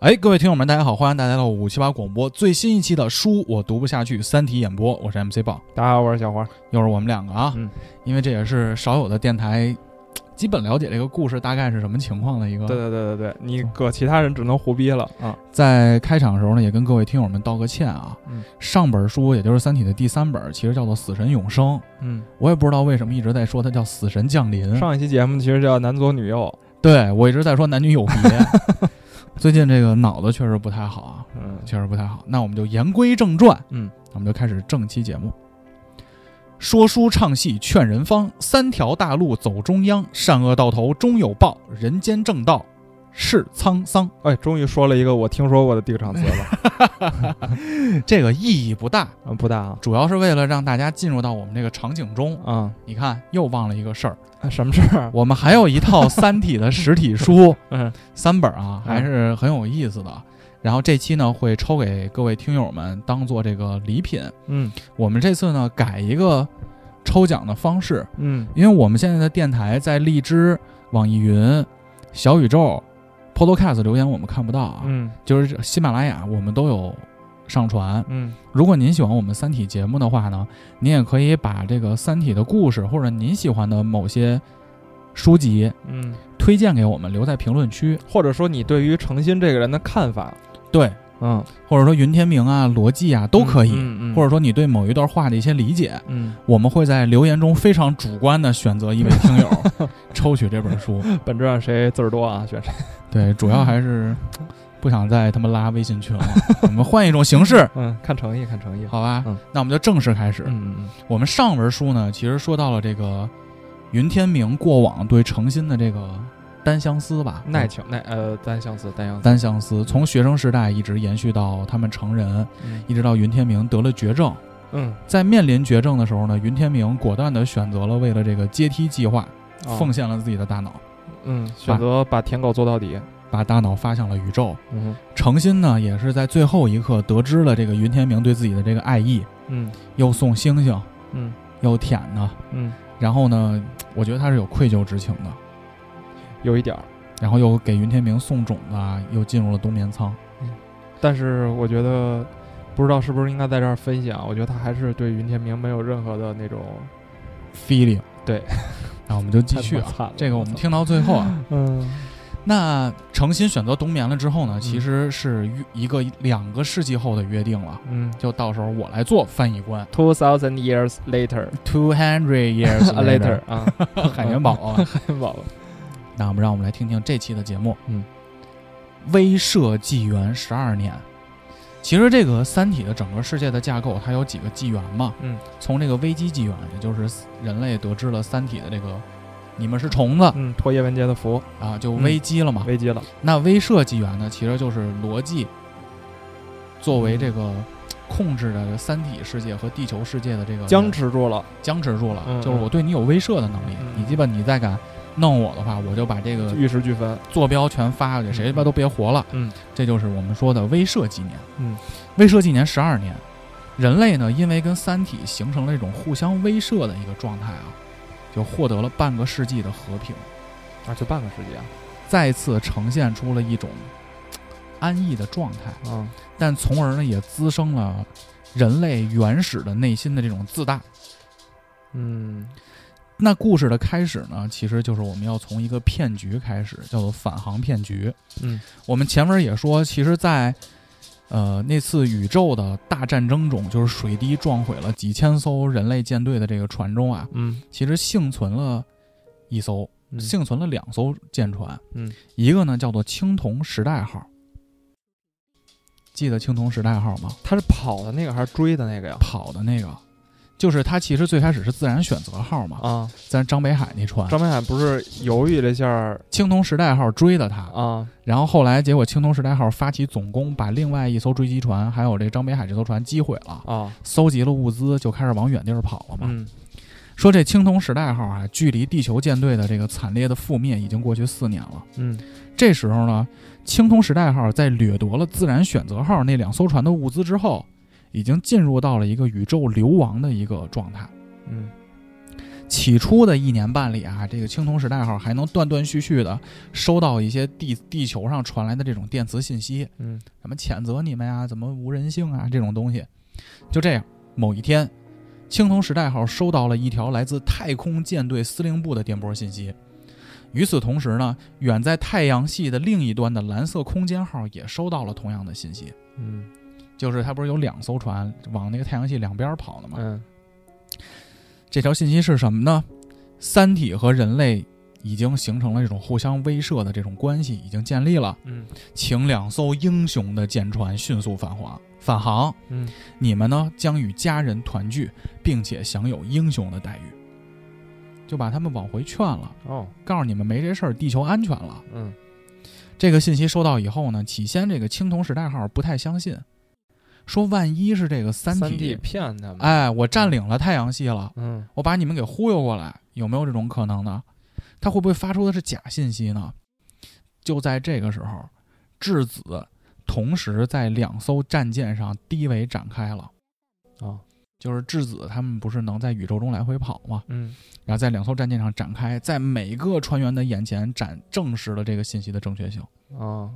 哎，各位听友们，大家好，欢迎大家来到五七八广播最新一期的书我读不下去，三体演播，我是 MC 豹，大家好，我是小花。又是我们两个啊，嗯因为这也是少有的电台基本了解这个故事大概是什么情况的一个。对对对对对，你搁其他人只能胡逼了啊！在开场的时候呢，也跟各位听友们道个歉啊，嗯上本书也就是《三体》的第三本，其实叫做《死神永生》，嗯，我也不知道为什么一直在说它叫《死神降临》，上一期节目其实叫男左女右，对我一直在说男女有别。 最近这个脑子确实不太好啊，嗯确实不太好。那我们就言归正传，嗯，我们就开始正期节目。说书唱戏劝人方，三条大路走中央，善恶到头终有报，人间正道是沧桑。哎，终于说了一个我听说过的地场词 了，这个意义不大，嗯，不大啊，主要是为了让大家进入到我们这个场景中。啊、你看，又忘了一个事儿，啊什么事儿？我们还有一套《三体》的实体书，嗯三本啊，嗯还是很有意思的。然后这期呢，会抽给各位听友们当做这个礼品。嗯我们这次呢，改一个抽奖的方式，嗯因为我们现在的电台在荔枝、网易云、小宇宙、Podcast 留言我们看不到啊，嗯就是喜马拉雅我们都有上传。嗯如果您喜欢我们《三体》节目的话呢，您也可以把这个《三体》的故事或者您喜欢的某些书籍嗯，推荐给我们，留在评论区。或者说你对于程心这个人的看法，对，嗯，或者说云天明啊、罗辑啊都可以。嗯嗯，或者说你对某一段话的一些理解，嗯，我们会在留言中非常主观的选择一位听友， 抽取这本书。本质上谁字儿多啊，选谁？对，主要还是不想再他妈拉微信群 了，我们换一种形式，嗯，看诚意，看诚意。好吧？嗯那我们就正式开始。嗯嗯我们上文书呢，其实说到了这个云天明过往对程心的这个单相思吧，嗯，耐情耐呃单相思单相思，单相思，从学生时代一直延续到他们成人，嗯一直到云天明得了绝症。嗯在面临绝症的时候呢，云天明果断地选择了为了这个阶梯计划，哦奉献了自己的大脑，嗯选择把舔狗做到底，把大脑发向了宇宙。嗯程心呢，也是在最后一刻得知了这个云天明对自己的这个爱意，嗯又送星星，嗯又舔呢。嗯，然后呢，我觉得他是有愧疚之情的。有一点儿。然后又给云天明送种子啊，又进入了冬眠舱。但是我觉得，不知道是不是应该在这儿分享。我觉得他还是对云天明没有任何的那种 feeling。 对，然后我们就继太续他妈啊，惨了这个我们，听到最后 啊，嗯那诚心选择冬眠了之后呢，其实是约一个两个世纪后的约定了。嗯就到时候我来做翻译官，two thousand years later ，two hundred years a later 啊，海绵 宝啊。宝宝，那我们让我们来听听这期的节目，嗯，威慑纪元十二年。其实这个《三体》的整个世界的架构，它有几个纪元嘛，嗯，从这个危机纪元，也就是人类得知了《三体》的这个你们是虫子嗯，托叶文洁的福，啊，就危机了嘛。危机了，那威慑纪元呢，其实就是逻辑作为这个控制着《三体》世界和地球世界的这个僵持住了，僵持住了，嗯就是我对你有威慑的能力，嗯你基本你再敢弄我的话，我就把这个玉石俱焚，坐标全发过去，谁他妈都别活了。嗯，这就是我们说的威慑纪年。嗯，威慑纪年十二年，人类呢因为跟三体形成了一种互相威慑的一个状态啊，就获得了半个世纪的和平，啊，就半个世纪啊，再次呈现出了一种嘖安逸的状态，嗯但从而呢也滋生了人类原始的内心的这种自大。嗯那故事的开始呢，其实就是我们要从一个骗局开始，叫做返航骗局。嗯，我们前文也说，其实在，呃那次宇宙的大战争中，就是水滴撞毁了几千艘人类舰队的这个船中啊，嗯其实幸存了一艘，嗯幸存了两艘舰船，嗯，一个呢叫做青铜时代号，记得青铜时代号吗？他是跑的那个还是追的那个呀？跑的那个，就是它其实最开始是自然选择号嘛，啊，咱张北海那船，张北海不是犹豫了一下儿青铜时代号追的它，啊，然后后来结果青铜时代号发起总攻，把另外一艘追击船还有这张北海这艘船击毁了，啊，搜集了物资就开始往远地儿跑了嘛。嗯说这青铜时代号啊，距离地球舰队的这个惨烈的覆灭已经过去四年了。嗯这时候呢，青铜时代号在掠夺了自然选择号那两艘船的物资之后，已经进入到了一个宇宙流亡的一个状态。嗯起初的一年半里啊，这个青铜时代号还能断断续续的收到一些地地球上传来的这种电磁信息，嗯什么谴责你们呀、怎么无人性啊这种东西。就这样，某一天，青铜时代号收到了一条来自太空舰队司令部的电波信息。与此同时呢，远在太阳系的另一端的蓝色空间号也收到了同样的信息。嗯就是它不是有两艘船往那个太阳系两边跑的吗？嗯这条信息是什么呢？三体和人类已经形成了这种互相威慑的这种关系，已经建立了，嗯请两艘英雄的舰船迅速返航，返航，嗯，你们呢将与家人团聚，并且享有英雄的待遇。就把他们往回劝了，哦，告诉你们没这事儿，地球安全了。嗯这个信息收到以后呢，起先这个青铜时代号不太相信，说万一是这个三体三 D 骗他们，，哎，我占领了太阳系了，嗯我把你们给忽悠过来，有没有这种可能呢？他会不会发出的是假信息呢？就在这个时候，质子同时在两艘战舰上低维展开了。啊就是质子他们不是能在宇宙中来回跑吗？嗯然后在两艘战舰上展开，在每个船员的眼前展证实了这个信息的正确性。啊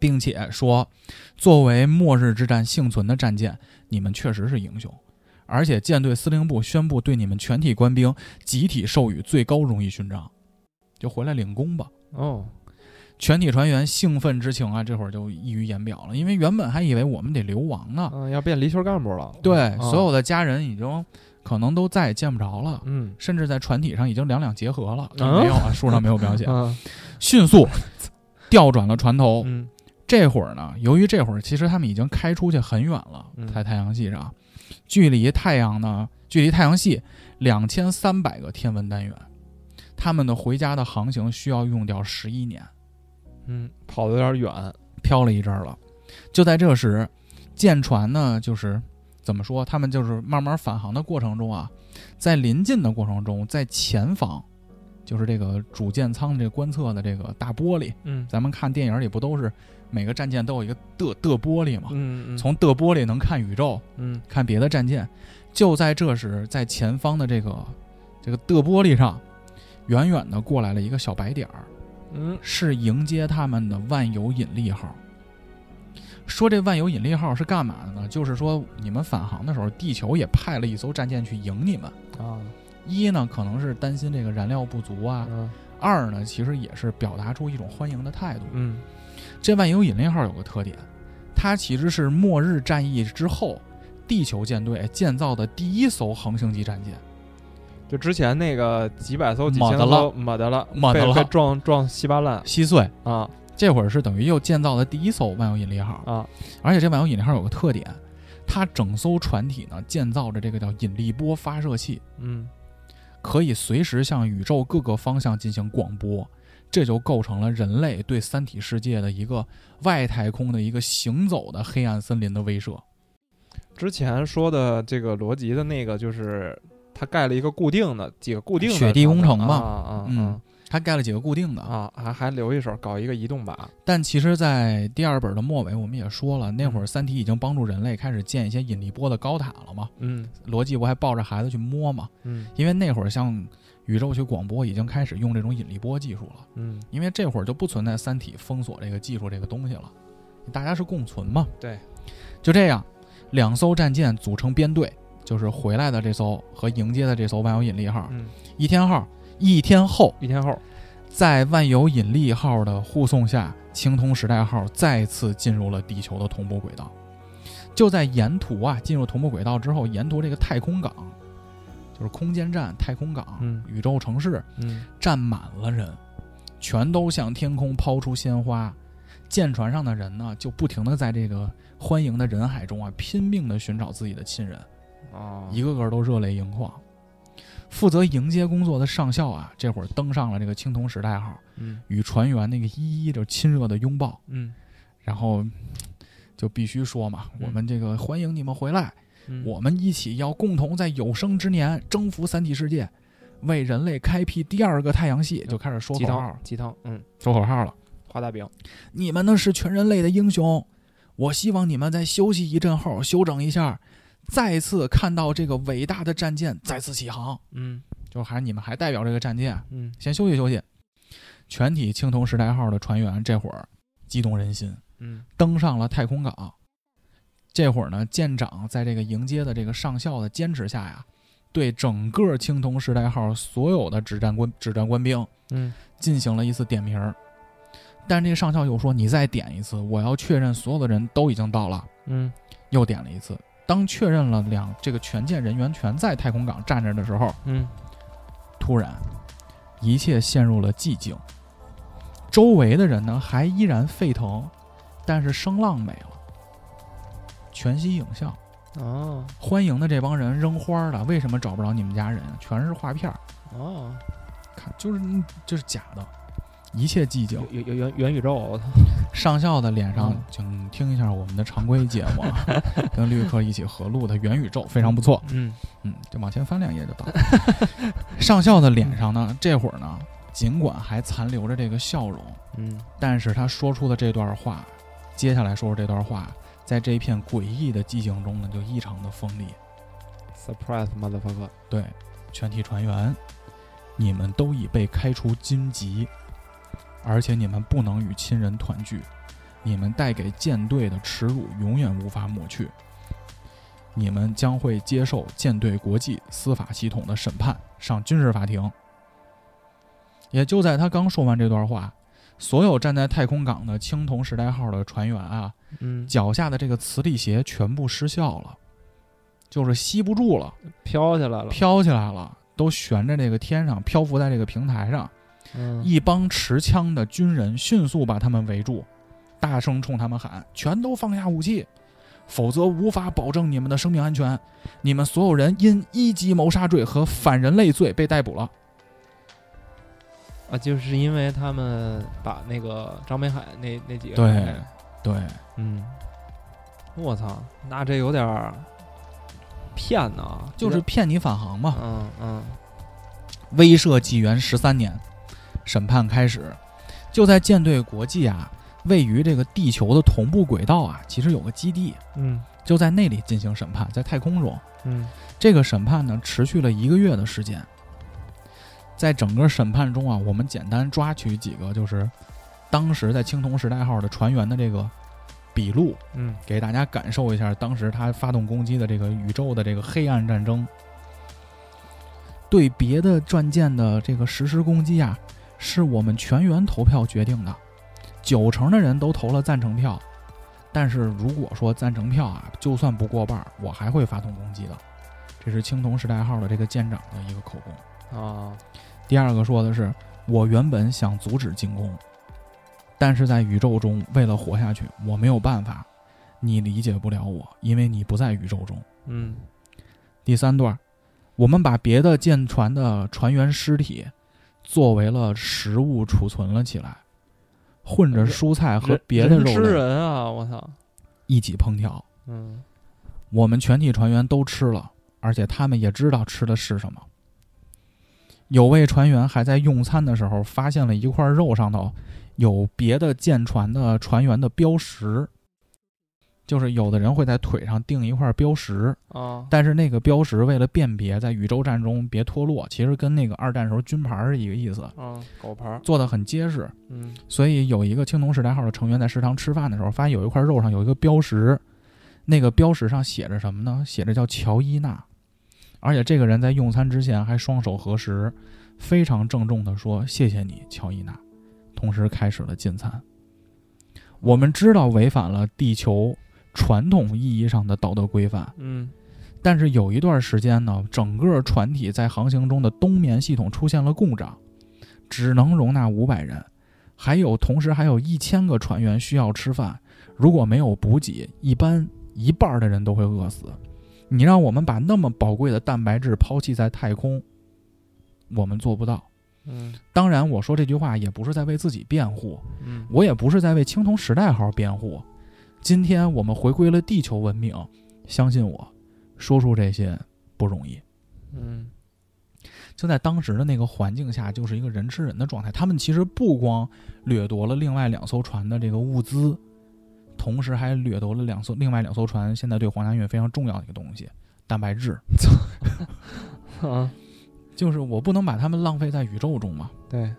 并且说，作为末日之战幸存的战舰，你们确实是英雄，而且舰队司令部宣布对你们全体官兵集体授予最高荣誉勋章，就回来领功吧。哦，全体船员兴奋之情啊，这会儿就溢于言表了，因为原本还以为我们得流亡呢，嗯，要变离休干部了，啊对，啊所有的家人已经可能都再也见不着了。嗯甚至在船体上已经两两结合了，啊没有啊，书上没有描写。嗯迅速调转了船头，嗯这会儿呢，由于这会儿其实他们已经开出去很远了嗯，在太阳系上，距离太阳呢，距离太阳系两千三百个天文单元，他们的回家的航行需要用掉十一年，嗯，跑的有点远，飘了一阵儿了。就在这时，舰船呢，就是怎么说，他们就是慢慢返航的过程中啊，在临近的过程中，在前方，就是这个主舰舱这个观测的这个大玻璃，嗯咱们看电影里不都是每个战舰都有一个的的玻璃吗？嗯嗯，从的玻璃能看宇宙，嗯看别的战舰。就在这时，在前方的这个这个的玻璃上，远远的过来了一个小白点儿，嗯是迎接他们的万有引力号。说这万有引力号是干嘛的呢？就是说你们返航的时候，地球也派了一艘战舰去迎你们。啊一呢，可能是担心这个燃料不足啊；嗯二呢，其实也是表达出一种欢迎的态度。嗯这万有引力号有个特点，它其实是末日战役之后地球舰队建造的第一艘恒星级战舰。就之前那个几百艘、几没千得艘，没得了，没得被了被撞撞稀巴烂稀碎，啊这会儿是等于又建造的第一艘万有引力号，啊！而且这万有引力号有个特点，它整艘船体呢建造着这个叫引力波发射器，嗯可以随时向宇宙各个方向进行广播。这就构成了人类对三体世界的一个外太空的一个行走的黑暗森林的威慑。之前说的这个逻辑的那个，就是他盖了一个固定的几个固定的雪地工程嘛啊啊嗯啊它盖了几个固定的，啊，还还留一手搞一个移动靶，但其实，在第二本的末尾，我们也说了，那会儿《三体》已经帮助人类开始建一些引力波的高塔了嘛。嗯罗辑不还抱着孩子去摸嘛？嗯因为那会儿向宇宙去广播已经开始用这种引力波技术了，嗯因为这会儿就不存在《三体》封锁这个技术这个东西了，大家是共存嘛。对，就这样，两艘战舰组成编队，就是回来的这艘和迎接的这艘万有引力号、嗯，一天号。一天后，一天后在万有引力号的护送下，青铜时代号再次进入了地球的同步轨道。就在沿途啊进入同步轨道之后，沿途这个太空港，就是空间站、太空港、嗯宇宙城市，嗯站满了人，全都向天空抛出鲜花。舰船上的人呢，就不停地在这个欢迎的人海中啊，拼命地寻找自己的亲人。啊一个个都热泪盈眶。负责迎接工作的上校啊，这会儿登上了这个青铜时代号，嗯与船员那个一一就亲热的拥抱，嗯，然后嗯就必须说嘛，嗯我们这个欢迎你们回来，嗯我们一起要共同在有生之年征服三体世界，为人类开辟第二个太阳系，就开始说鸡口号，汤鸡汤，嗯，说口号了。画大饼，你们呢是全人类的英雄，我希望你们在休息一阵后休整一下，再次看到这个伟大的战舰再次起航。嗯就还是你们还代表这个战舰，嗯先休息休息。全体青铜时代号的船员这会儿激动人心，嗯登上了太空港。这会儿呢，舰长在这个迎接的这个上校的坚持下呀，对整个青铜时代号所有的指战官指战官兵嗯进行了一次点名儿。但这个上校又说：“你再点一次，我要确认所有的人都已经到了。嗯”又点了一次。当确认了两这个全舰人员全在太空港站着的时候，嗯突然，一切陷入了寂静。周围的人呢，还依然沸腾，但是声浪没了。全息影像，哦欢迎的这帮人扔花儿了，为什么找不着你们家人？全是画片儿，哦，看就是就是假的，一切寂静有。有有元元宇宙，我操，上校的脸上嗯，请听一下我们的常规节目，啊，跟绿客一起合录的元宇宙非常不错。嗯嗯，就往前翻两页就到。 上校的脸上呢，这会儿呢，尽管还残留着这个笑容，嗯但是他说出的这段话，接下来说出这段话，在这一片诡异的寂静中呢，就异常的锋利。 ，surprise motherfucker，对，全体船员，你们都已被开除军籍，而且你们不能与亲人团聚，你们带给舰队的耻辱永远无法抹去，你们将会接受舰队国际司法系统的审判，上军事法庭。也就在他刚说完这段话，所有站在太空港的青铜时代号的船员啊，嗯，脚下的这个磁力鞋全部失效了，就是吸不住了。飘起来了，飘起来了，都悬在这个天上，漂浮在这个平台上。嗯一帮持枪的军人迅速把他们围住，大声冲他们喊：“全都放下武器，否则无法保证你们的生命安全。你们所有人因一级谋杀罪和反人类罪被逮捕了。啊，就是因为他们把那个张北海那那几个对人给”对，嗯，我操，那这有点儿骗呐，就是骗你返航嘛。嗯嗯威慑纪元十三年，审判开始。就在舰队国际啊，位于这个地球的同步轨道啊，其实有个基地，嗯就在那里进行审判，在太空中。嗯这个审判呢，持续了一个月的时间。在整个审判中啊，我们简单抓取几个，就是当时在青铜时代号的船员的这个笔录，嗯给大家感受一下当时他发动攻击的这个宇宙的这个黑暗战争。对别的战舰的这个实施攻击啊，是我们全员投票决定的，九成的人都投了赞成票。但是如果说赞成票啊，就算不过半儿，我还会发动攻击的。这是青铜时代号的这个舰长的一个口供。啊，第二个说的是，我原本想阻止进攻，但是在宇宙中，为了活下去，我没有办法。你理解不了我，因为你不在宇宙中。嗯第三段，我们把别的舰船的船员尸体作为了食物储存了起来，混着蔬菜和人别的人肉吃类人啊，我操，一起烹调。嗯我们全体船员都吃了，而且他们也知道吃的是什么。有位船员还在用餐的时候发现了一块肉上头有别的舰船的船员的标识，就是有的人会在腿上钉一块标识，啊，但是那个标识为了辨别在宇宙战中别脱落，其实跟那个二战时候军牌是一个意思，嗯，狗牌儿，做的很结实。嗯所以有一个青铜时代号的成员在食堂吃饭的时候，发现有一块肉上有一个标识，那个标识上写着什么呢？写着叫乔伊娜，而且这个人在用餐之前还双手合十，非常郑重地说：“谢谢你，乔伊娜。”同时开始了进餐。我们知道违反了地球传统意义上的道德规范，嗯但是有一段时间呢，整个船体在航行中的冬眠系统出现了故障，只能容纳五百人，还有同时还有一千个船员需要吃饭，如果没有补给，一般一半儿的人都会饿死。你让我们把那么宝贵的蛋白质抛弃在太空，我们做不到。嗯当然，我说这句话也不是在为自己辩护，嗯，我也不是在为青铜时代号辩护。今天我们回归了地球文明，相信我，说出这些不容易。嗯就在当时的那个环境下，就是一个人吃人的状态。他们其实不光掠夺了另外两艘船的这个物资，同时还掠夺了两艘另外两艘船现在对皇家运非常重要的一个东西——蛋白质。啊，就是我不能把它们浪费在宇宙中嘛。对，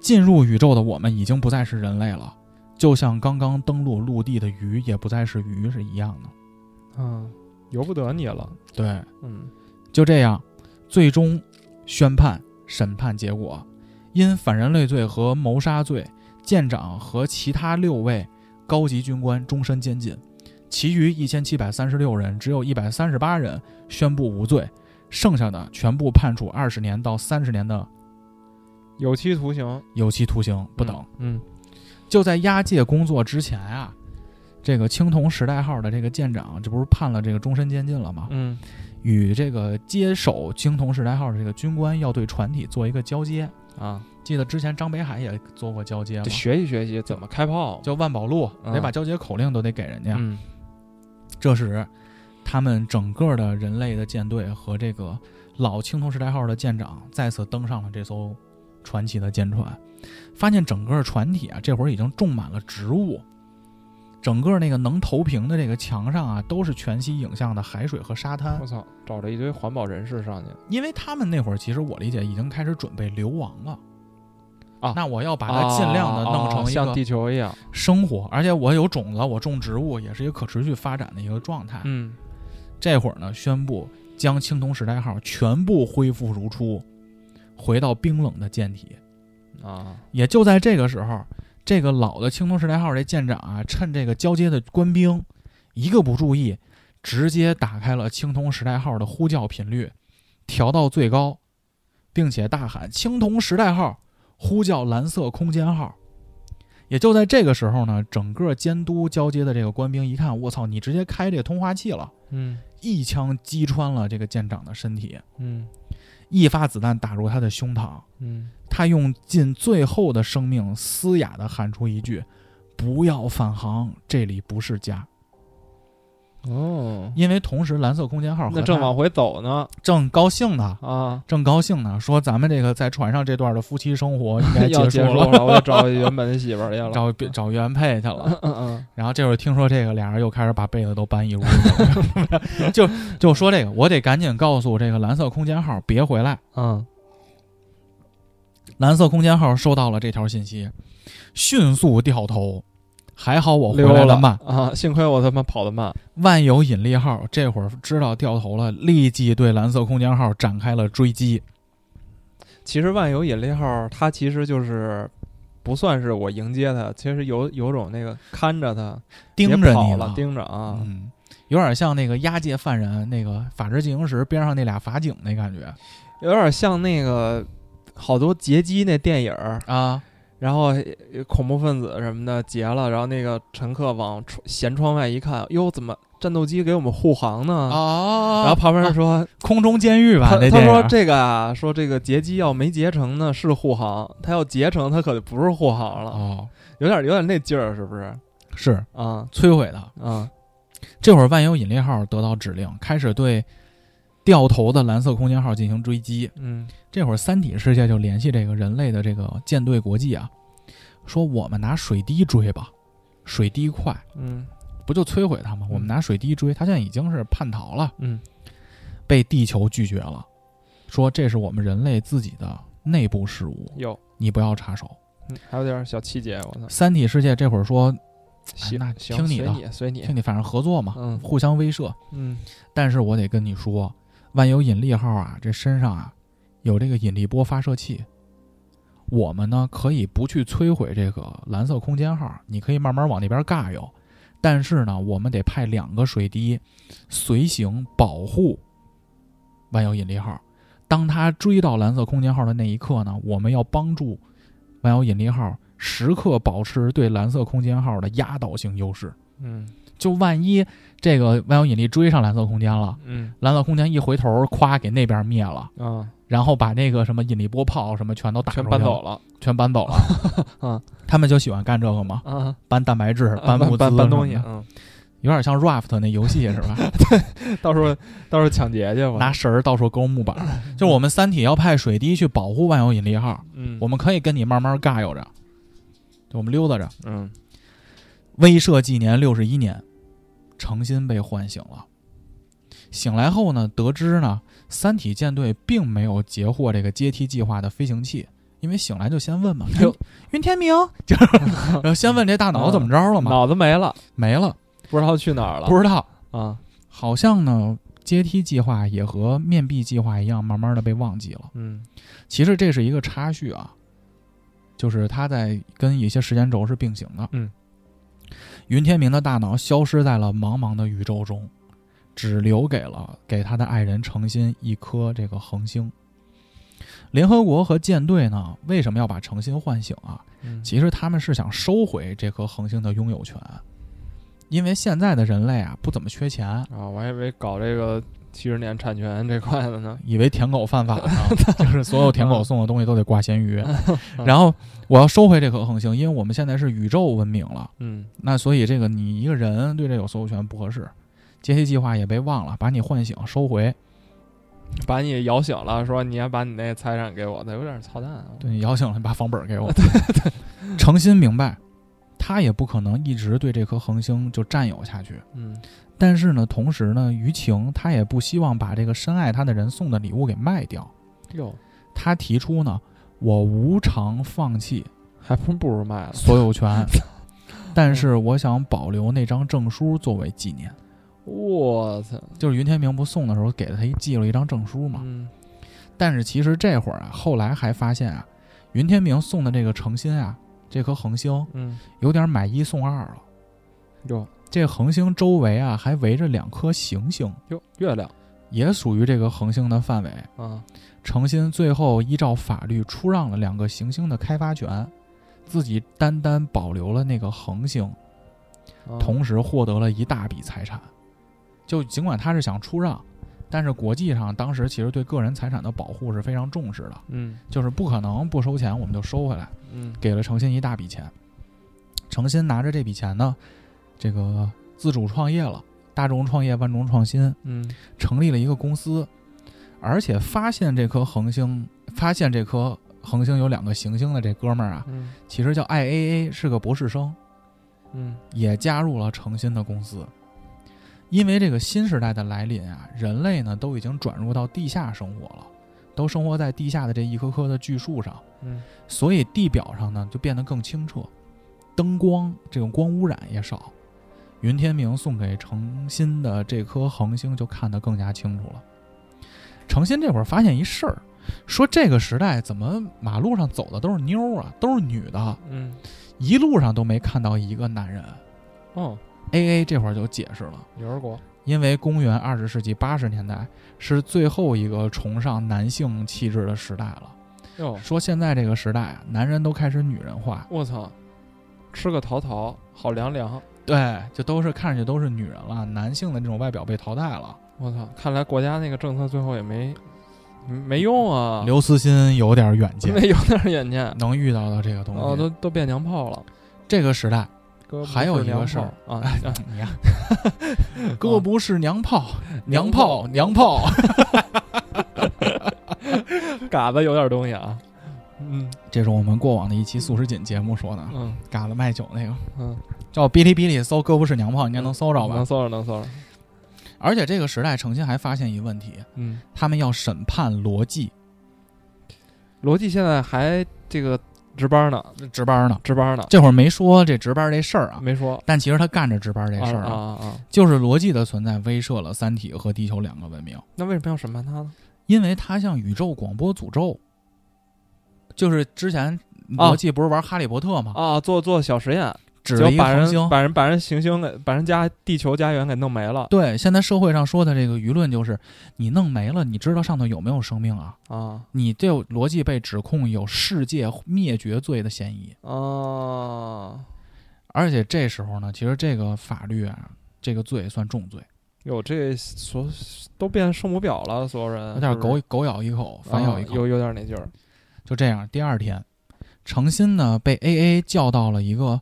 进入宇宙的我们已经不再是人类了，就像刚刚登陆陆地的鱼也不再是鱼是一样的。嗯，由不得你了，对，嗯就这样，最终宣判审判结果，因反人类罪和谋杀罪，舰长和其他六位高级军官终身监禁，其余一千七百三十六人，只有一百三十八人宣布无罪，剩下的全部判处二十年到三十年的有期徒刑有期徒刑不等。，嗯就在押解工作之前啊，这个青铜时代号的这个舰长，这不是判了这个终身监禁了吗？嗯与这个接手青铜时代号的这个军官要对船体做一个交接。嗯啊，记得之前张北海也做过交接嘛得，学习学习怎么开炮，叫万宝路，嗯得把交接口令都得给人家。嗯这时，他们整个的人类的舰队和这个老青铜时代号的舰长再次登上了这艘传奇的舰船，发现整个船体啊，这会儿已经种满了植物，整个那个能投屏的这个墙上啊，都是全息影像的海水和沙滩我。操，找了一堆环保人士上去，因为他们那会儿其实我理解已经开始准备流亡了。啊那我要把它尽量的弄啊啊成啊一像个地球一样，生活，而且我有种子，我种植物也是一个可持续发展的一个状态。嗯这会儿呢，宣布将青铜时代号全部恢复如初，回到冰冷的舰体。啊，也就在这个时候，这个老的青铜时代号这舰长啊，趁这个交接的官兵一个不注意，直接打开了青铜时代号的呼叫频率，调到最高，并且大喊“青铜时代号”，呼叫蓝色空间号。也就在这个时候呢，整个监督交接的这个官兵一看，我操，你直接开这个通话器了，嗯一枪击穿了这个舰长的身体，嗯一发子弹打入他的胸膛。嗯，他用尽最后的生命，嘶哑地喊出一句：“不要返航，这里不是家。哦”，因为同时，蓝色空间号和那正他往回走呢正高兴呢，啊，正高兴呢，说咱们这个在船上这段的夫妻生活应该 要结结束束了，了，我要找原本的媳妇儿去了，找别找原配去 了。嗯嗯然后这会儿听说这个，俩人又开始把被子都搬一屋， 就就说这个，我得赶紧告诉这个蓝色空间号别回来。嗯蓝色空间号收到了这条信息，迅速掉头，还好我嗯，回溜来了的慢。啊，幸亏我他妈跑得慢，万有引力号这会儿知道掉头了，立即对蓝色空间号展开了追击。其实万有引力号，它其实就是不算是我迎接它，其实有有种那个看着它，盯别着跑你了，盯着啊，嗯，有点像那个押解犯人那个《法制进行时》边上那俩法警那感觉有点像那个好多劫机那电影儿，啊。然后呃恐怖分子什么的劫了，然后那个乘客往窗舷窗外一看，哟，怎么战斗机给我们护航呢？哦啊然后旁边啊人说：“空中监狱吧，他那他电说影这个啊，说这个劫机要没劫成呢是护航，他要劫成他可就不是护航了，哦有点有点那劲儿，是不是？是啊摧毁的。啊这会儿万有引力号得到指令，开始对掉头的蓝色空间号进行追击。嗯这会儿三体世界就联系这个人类的这个舰队国际啊，说我们拿水滴追吧，水滴快，嗯不就摧毁他吗？我们拿水滴追，他现在已经是叛逃了，嗯被地球拒绝了，说这是我们人类自己的内部事务，有，你不要插手。嗯还有点小气节，我操！三体世界这会儿说行哎那行听你的随你随听你，你反正合作嘛，嗯互相威慑，嗯但是我得跟你说，万有引力号啊，这身上啊有这个引力波发射器。我们呢可以不去摧毁这个蓝色空间号，你可以慢慢往那边尬游，但是呢，我们得派两个水滴随行保护万有引力号。当他追到蓝色空间号的那一刻呢，我们要帮助万有引力号时刻保持对蓝色空间号的压倒性优势。嗯就万一这个万有引力追上蓝色空间了，嗯蓝色空间一回头，咵给那边灭了，啊，然后把那个什么引力波炮什么全都打出全去搬走了，了全搬走了。啊他们就喜欢干这个嘛，啊，搬蛋白质、啊物资、搬搬东西，有嗯，点像 raft 那游戏是吧？ 到时候到时候抢劫去吧拿，绳儿到处勾木 板儿。就我们三体要派水滴去保护万有引力号，嗯我们可以跟你慢慢尬悠着，就我们溜达着。嗯威慑纪年六十一年，诚心被唤醒了。醒来后呢，得知呢，三体舰队并没有截获这个阶梯计划的飞行器，因为醒来就先问嘛，哎哟云天 明，就是然后先问这大脑怎么着了嘛，脑子没了，没了，不知道去哪儿了。不知道。啊，好像呢，阶梯计划也和面壁计划一样，慢慢的被忘记了。嗯其实这是一个插叙啊，就是它在跟一些时间轴是并行的。嗯，云天明的大脑消失在了茫茫的宇宙中，只留给了给他的爱人程心一颗这个恒星。联合国和舰队呢，为什么要把程心唤醒啊？嗯其实他们是想收回这颗恒星的拥有权，因为现在的人类啊不怎么缺钱，啊，我还以为搞这个七十年产权这块的呢。以为舔狗犯法呢，就是所有舔狗送的东西都得挂咸鱼。 然后我要收回这颗恒星，因为我们现在是宇宙文明了，嗯那所以这个你一个人对这有所有权不合适。阶梯计划也被忘了，把你唤醒收回，把你摇醒了，说你要把你那财产给我，那有点操蛋啊。对你摇醒了，把房本儿给我。诚心明白，他也不可能一直对这颗恒星就占有下去。嗯但是呢，同时呢，于晴她也不希望把这个深爱她的人送的礼物给卖掉。哟，她提出呢，我无偿放弃还不不如卖了。所有权，但是我想保留那张证书作为纪念。我操！就是云天明不送的时候给了他一寄了一张证书嘛。嗯但是其实这会儿啊，后来还发现啊，云天明送的这个诚心啊，这颗恒星嗯，有点买一送二了。哟这恒星周围啊还围着两颗行星，哟，月亮也属于这个恒星的范围。啊，诚心最后依照法律出让了两个行星的开发权，自己单单保留了那个恒星，啊同时获得了一大笔财产。就尽管他是想出让，但是国际上当时其实对个人财产的保护是非常重视的，嗯就是不可能不收钱我们就收回来，嗯给了诚心一大笔钱。诚心拿着这笔钱呢，这个自主创业了，大众创业万众创新，嗯成立了一个公司，而且发现这颗恒星，发现这颗恒星有两个行星的这哥们儿啊，嗯其实叫 IAA，是个博士生，嗯也加入了诚心的公司。因为这个新时代的来临啊，人类呢都已经转入到地下生活了，都生活在地下的这一棵棵的巨树上，嗯所以地表上呢就变得更清澈，灯光这种光污染也少。云天明送给程心的这颗恒星就看得更加清楚了。程心这会儿发现一事儿，说这个时代怎么马路上走的都是妞儿啊，都是女的，嗯，一路上都没看到一个男人。哦， A A 这会儿就解释了，牛儿国，因为公元二十世纪八十年代是最后一个崇尚男性气质的时代了。哟，说现在这个时代啊，男人都开始女人化，我操，吃个桃桃，好凉凉。对，就都是看上去都是女人了，男性的这种外表被淘汰了。我操，看来国家那个政策最后也没没用啊， 刘慈欣嗯有点远见，没有点儿眼见，能遇到到这个东西。哦，都都变娘炮了。这个时 代，哥不还有是一个娘炮事儿啊，你 呀，哥不是娘炮，娘 娘炮，娘炮。 嘎子有点东西啊。嗯这是我们过往的一期素食锦节目说的，嗯嘎子卖酒那个，嗯，叫哔哩哔哩搜“哥不是娘炮”，应该能搜着吧能？搜着能搜着。而且这个时代，程心还发现一问题，嗯，他们要审判罗辑罗辑现在还这个值班呢，值班呢。值班呢，这会儿没说这值班这事儿啊，没说但其实他干着值班这啊事儿啊啊啊！就是逻辑的存在威慑了三体和地球两个文明，那为什么要审判他呢？因为它向宇宙广播诅咒。就是之前啊逻辑不是玩哈利波特吗？啊，做做小实验，指就了一个把恒星人。把人把人行星给把人家地球家园给弄没了对，现在社会上说的这个舆论就是，你弄没了，你知道上头有没有生命啊？啊你这逻辑被指控有世界灭绝罪的嫌疑，啊！而且这时候呢，其实这个法律啊，这个罪算重罪，有这所都变圣母婊了，所有人有点是不狗是狗咬一口，反咬一呃啊口，有有点那劲儿。就这样，第二天，程心呢被 A A 叫到了一个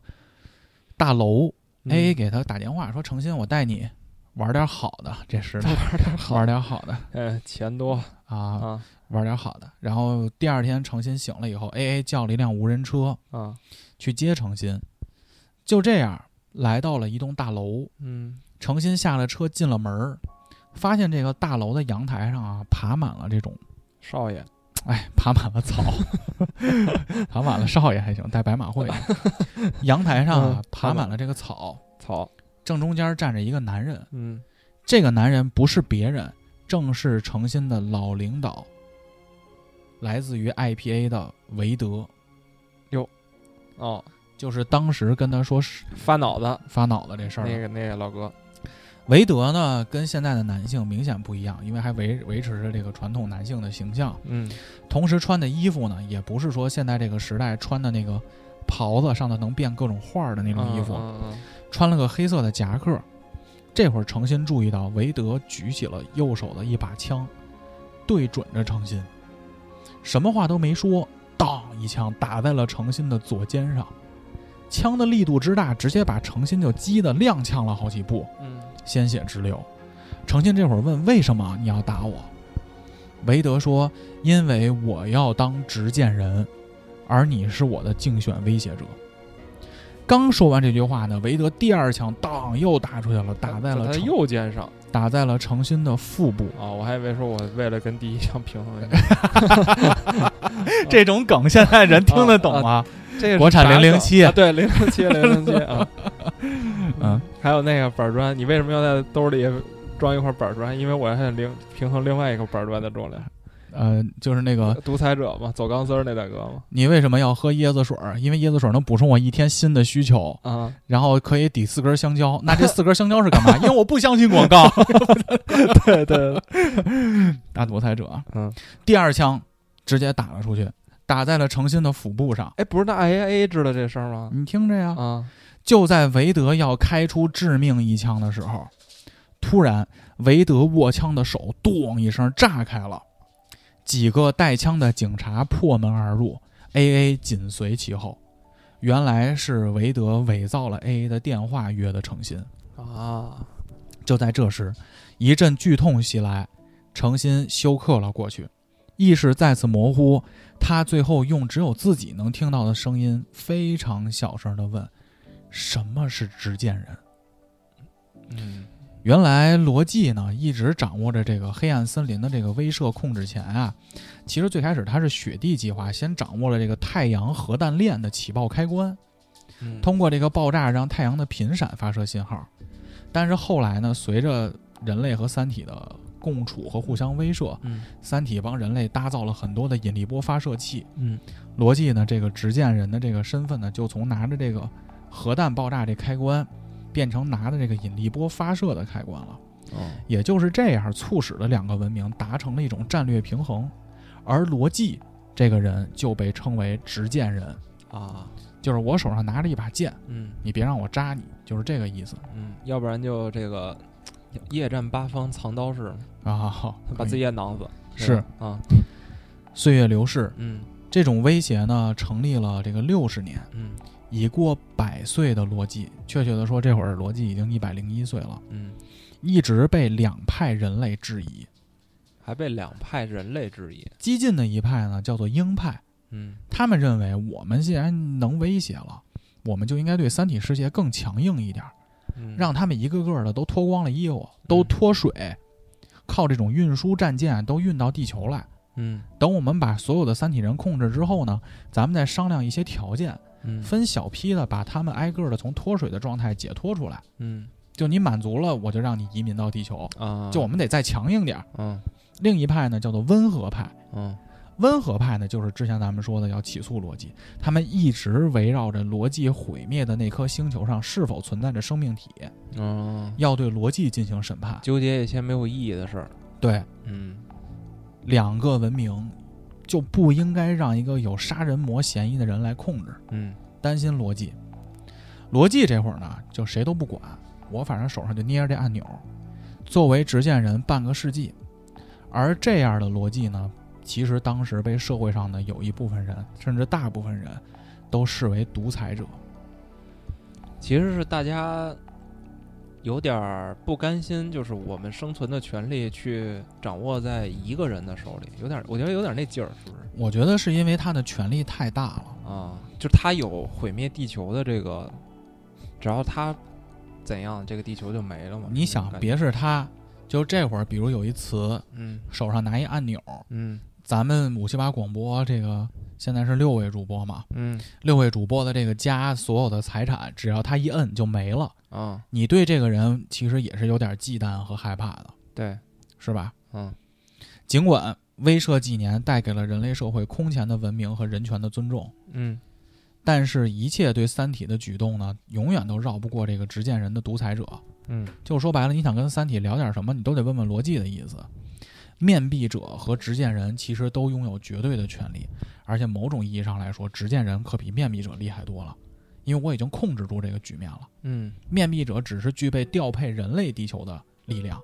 大楼、嗯 a A 给他打电话说：“程心，我带你玩点好的，这是再玩点好，玩点好的嗯 哎，钱多啊，啊玩点好的。”然后第二天，程心醒了以后，A A 叫了一辆无人车啊，去接程心，就这样来到了一栋大楼。嗯程心下了车，进了门儿，发现这个大楼的阳台上啊，爬满了这种，少爷，哎，爬满了草， 爬满了少爷还行，带白马会的。阳台上啊嗯，爬满了这个草，草，正中间站着一个男人。嗯，这个男人不是别人，正是诚心的老领导，来自于 IPA 的韦德，哦，就是当时跟他说是发脑子发脑子这事儿的那个那个老哥，韦德呢，跟现在的男性明显不一样，因为还维维持着这个传统男性的形象，嗯，同时穿的衣服呢，也不是说现在这个时代穿的那个袍子上头能变各种花儿的那种衣服，嗯嗯穿了个黑色的夹克。这会儿诚心注意到韦德举起了右手的一把枪，对准着诚心，什么话都没说，当一枪打在了诚心的左肩上，枪的力度之大，直接把诚心就击得踉跄了好几步。嗯鲜血直流。程信这会儿问：“为什么你要打我？”韦德说：“因为我要当执剑人，而你是我的竞选威胁者。”刚说完这句话呢，韦德第二枪当又打出去了，打在了他程右肩上打在了程心的腹部。啊，我还以为说我为了跟第一枪平衡一下，这种梗现在人听得懂啊吗？这个是国产啥007梗啊对零零 七零零七啊，嗯，还有那个板砖，你为什么要在兜里装一块板砖？因为我要零平衡另外一个板砖的重量。呃，就是那个独裁者嘛，走钢丝儿那大哥嘛，你为什么要喝椰子水儿？因为椰子水儿能补充我一天新的需求。啊，然后可以抵四根香蕉。那这四根香蕉是干嘛？因为我不相信广告。 对对，大独裁者，啊嗯，第二枪直接打了出去，打在了诚心的腹部上。哎，不是那 I A A 知道这事儿吗？你听着呀，啊，就在韦德要开出致命一枪的时候，突然韦德握枪的手咚一声炸开了，几个带枪的警察破门而入，A A 紧随其后。原来是韦德伪造了 A A 的电话约的诚心。啊，就在这时，一阵剧痛袭来，程心休克了过去，意识再次模糊。他最后用只有自己能听到的声音，非常小声地问：“什么是执剑人嗯，？”原来罗辑呢，一直掌握着这个黑暗森林的这个威慑控制权啊。其实最开始他是雪地计划，先掌握了这个太阳核弹链的起爆开关，嗯通过这个爆炸让太阳的频闪发射信号，但是后来呢，随着人类和三体的共处和互相威慑，嗯三体帮人类搭造了很多的引力波发射器。嗯罗辑呢，这个执剑人的这个身份呢，就从拿着这个核弹爆炸这开关，变成拿着这个引力波发射的开关了。哦，也就是这样，促使了两个文明达成了一种战略平衡，而罗辑这个人就被称为执剑人，啊，就是我手上拿着一把剑。嗯你别让我扎你，就是这个意思嗯，要不然就这个夜战八方藏刀式，啊。好，把自己也囊死。是吧啊，岁月流逝，嗯这种威胁呢成立了这个六十年，嗯已过百岁的罗辑，确切的说，这会儿罗辑已经一百零一岁了，嗯，一直被两派人类质疑。还被两派人类质疑。激进的一派呢叫做鹰派，嗯他们认为我们既然能威胁了，我们就应该对三体世界更强硬一点儿，嗯，让他们一个个的都脱光了衣服，都嗯脱水，靠这种运输战舰都运到地球来。嗯等我们把所有的三体人控制之后呢，咱们再商量一些条件，嗯分小批的把他们挨个的从脱水的状态解脱出来。嗯就你满足了，我就让你移民到地球。啊，就我们得再强硬点儿。嗯另一派呢叫做温和派，嗯温和派呢就是之前咱们说的要起诉逻辑，他们一直围绕着逻辑毁灭的那颗星球上是否存在着生命体，嗯，要对逻辑进行审判。纠结一些没有意义的事儿。对，嗯两个文明就不应该让一个有杀人魔嫌疑的人来控制。嗯担心罗辑。罗辑这会儿呢，就谁都不管，我反正手上就捏着这按钮。作为执剑人半个世纪，而这样的罗辑呢，其实当时被社会上的有一部分人，甚至大部分人，都视为独裁者。其实是大家有点儿不甘心，就是我们生存的权利去掌握在一个人的手里，有点儿，我觉得有点儿那劲儿，是不是？我觉得是因为他的权力太大了。啊，就是他有毁灭地球的这个，只要他怎样，这个地球就没了嘛。你这种想，感觉别是他，就这会儿，比如有一词，嗯手上拿一按钮，嗯咱们五七八广播这个现在是六位主播嘛，嗯六位主播的这个家所有的财产，只要他一摁就没了。啊，你对这个人其实也是有点忌惮和害怕的，对，是吧？嗯尽管威慑纪年带给了人类社会空前的文明和人权的尊重，嗯但是，一切对《三体》的举动呢，永远都绕不过这个执剑人的独裁者。嗯就说白了，你想跟《三体》聊点什么，你都得问问逻辑的意思。面壁者和执剑人其实都拥有绝对的权利，而且某种意义上来说，执剑人可比面壁者厉害多了，因为我已经控制住这个局面了。嗯面壁者只是具备调配人类地球的力量，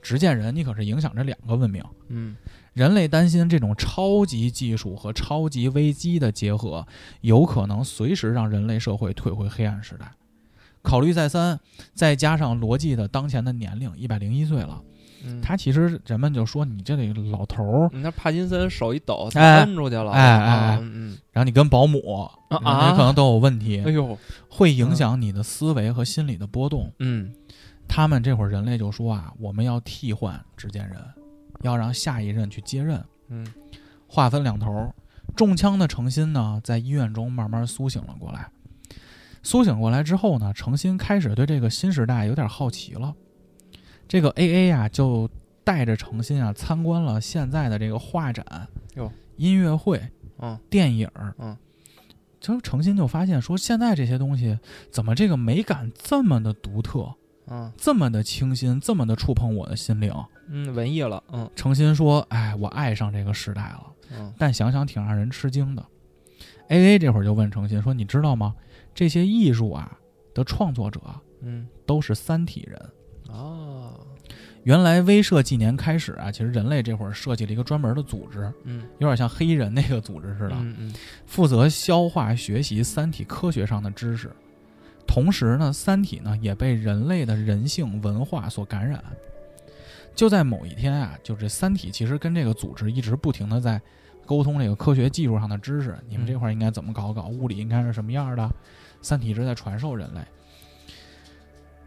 执剑人你可是影响着两个文明。嗯人类担心这种超级技术和超级危机的结合，有可能随时让人类社会退回黑暗时代。考虑再三，再加上罗辑的当前的年龄一百零一岁了，嗯，他其实人们就说你这里老头儿，你看帕金森手一抖，他哎摁出去了，哎哎哎啊嗯然后你跟保姆，嗯你可能都有问题哎，呦，会影响你的思维和心理的波动。嗯他们这会儿人类就说啊，我们要替换执剑人，要让下一任去接任。嗯话分两头儿，中枪的程心呢，在医院中慢慢苏醒了过来。苏醒过来之后呢，程心开始对这个新时代有点好奇了。这个 A A 啊，就带着程心啊参观了现在的这个画展、哟音乐会、嗯电影儿。嗯，就程心就发现说，现在这些东西怎么这个美感这么的独特，嗯这么的清新，这么的触碰我的心灵。嗯，文艺了，嗯程心说：“哎，我爱上这个时代了。”嗯但想想挺让人吃惊的。A A 这会儿就问程心说：“你知道吗？这些艺术啊的创作者嗯都是三体人。哦，原来威慑纪年开始啊，其实人类这会儿设计了一个专门的组织，嗯，有点像黑衣人那个组织似的，嗯嗯负责消化学习三体科学上的知识。同时呢，三体呢也被人类的人性文化所感染。就在某一天啊，就这三体其实跟这个组织一直不停的在沟通这个科学技术上的知识，你们这块儿应该怎么搞搞，物理应该是什么样的，三体一直在传授人类。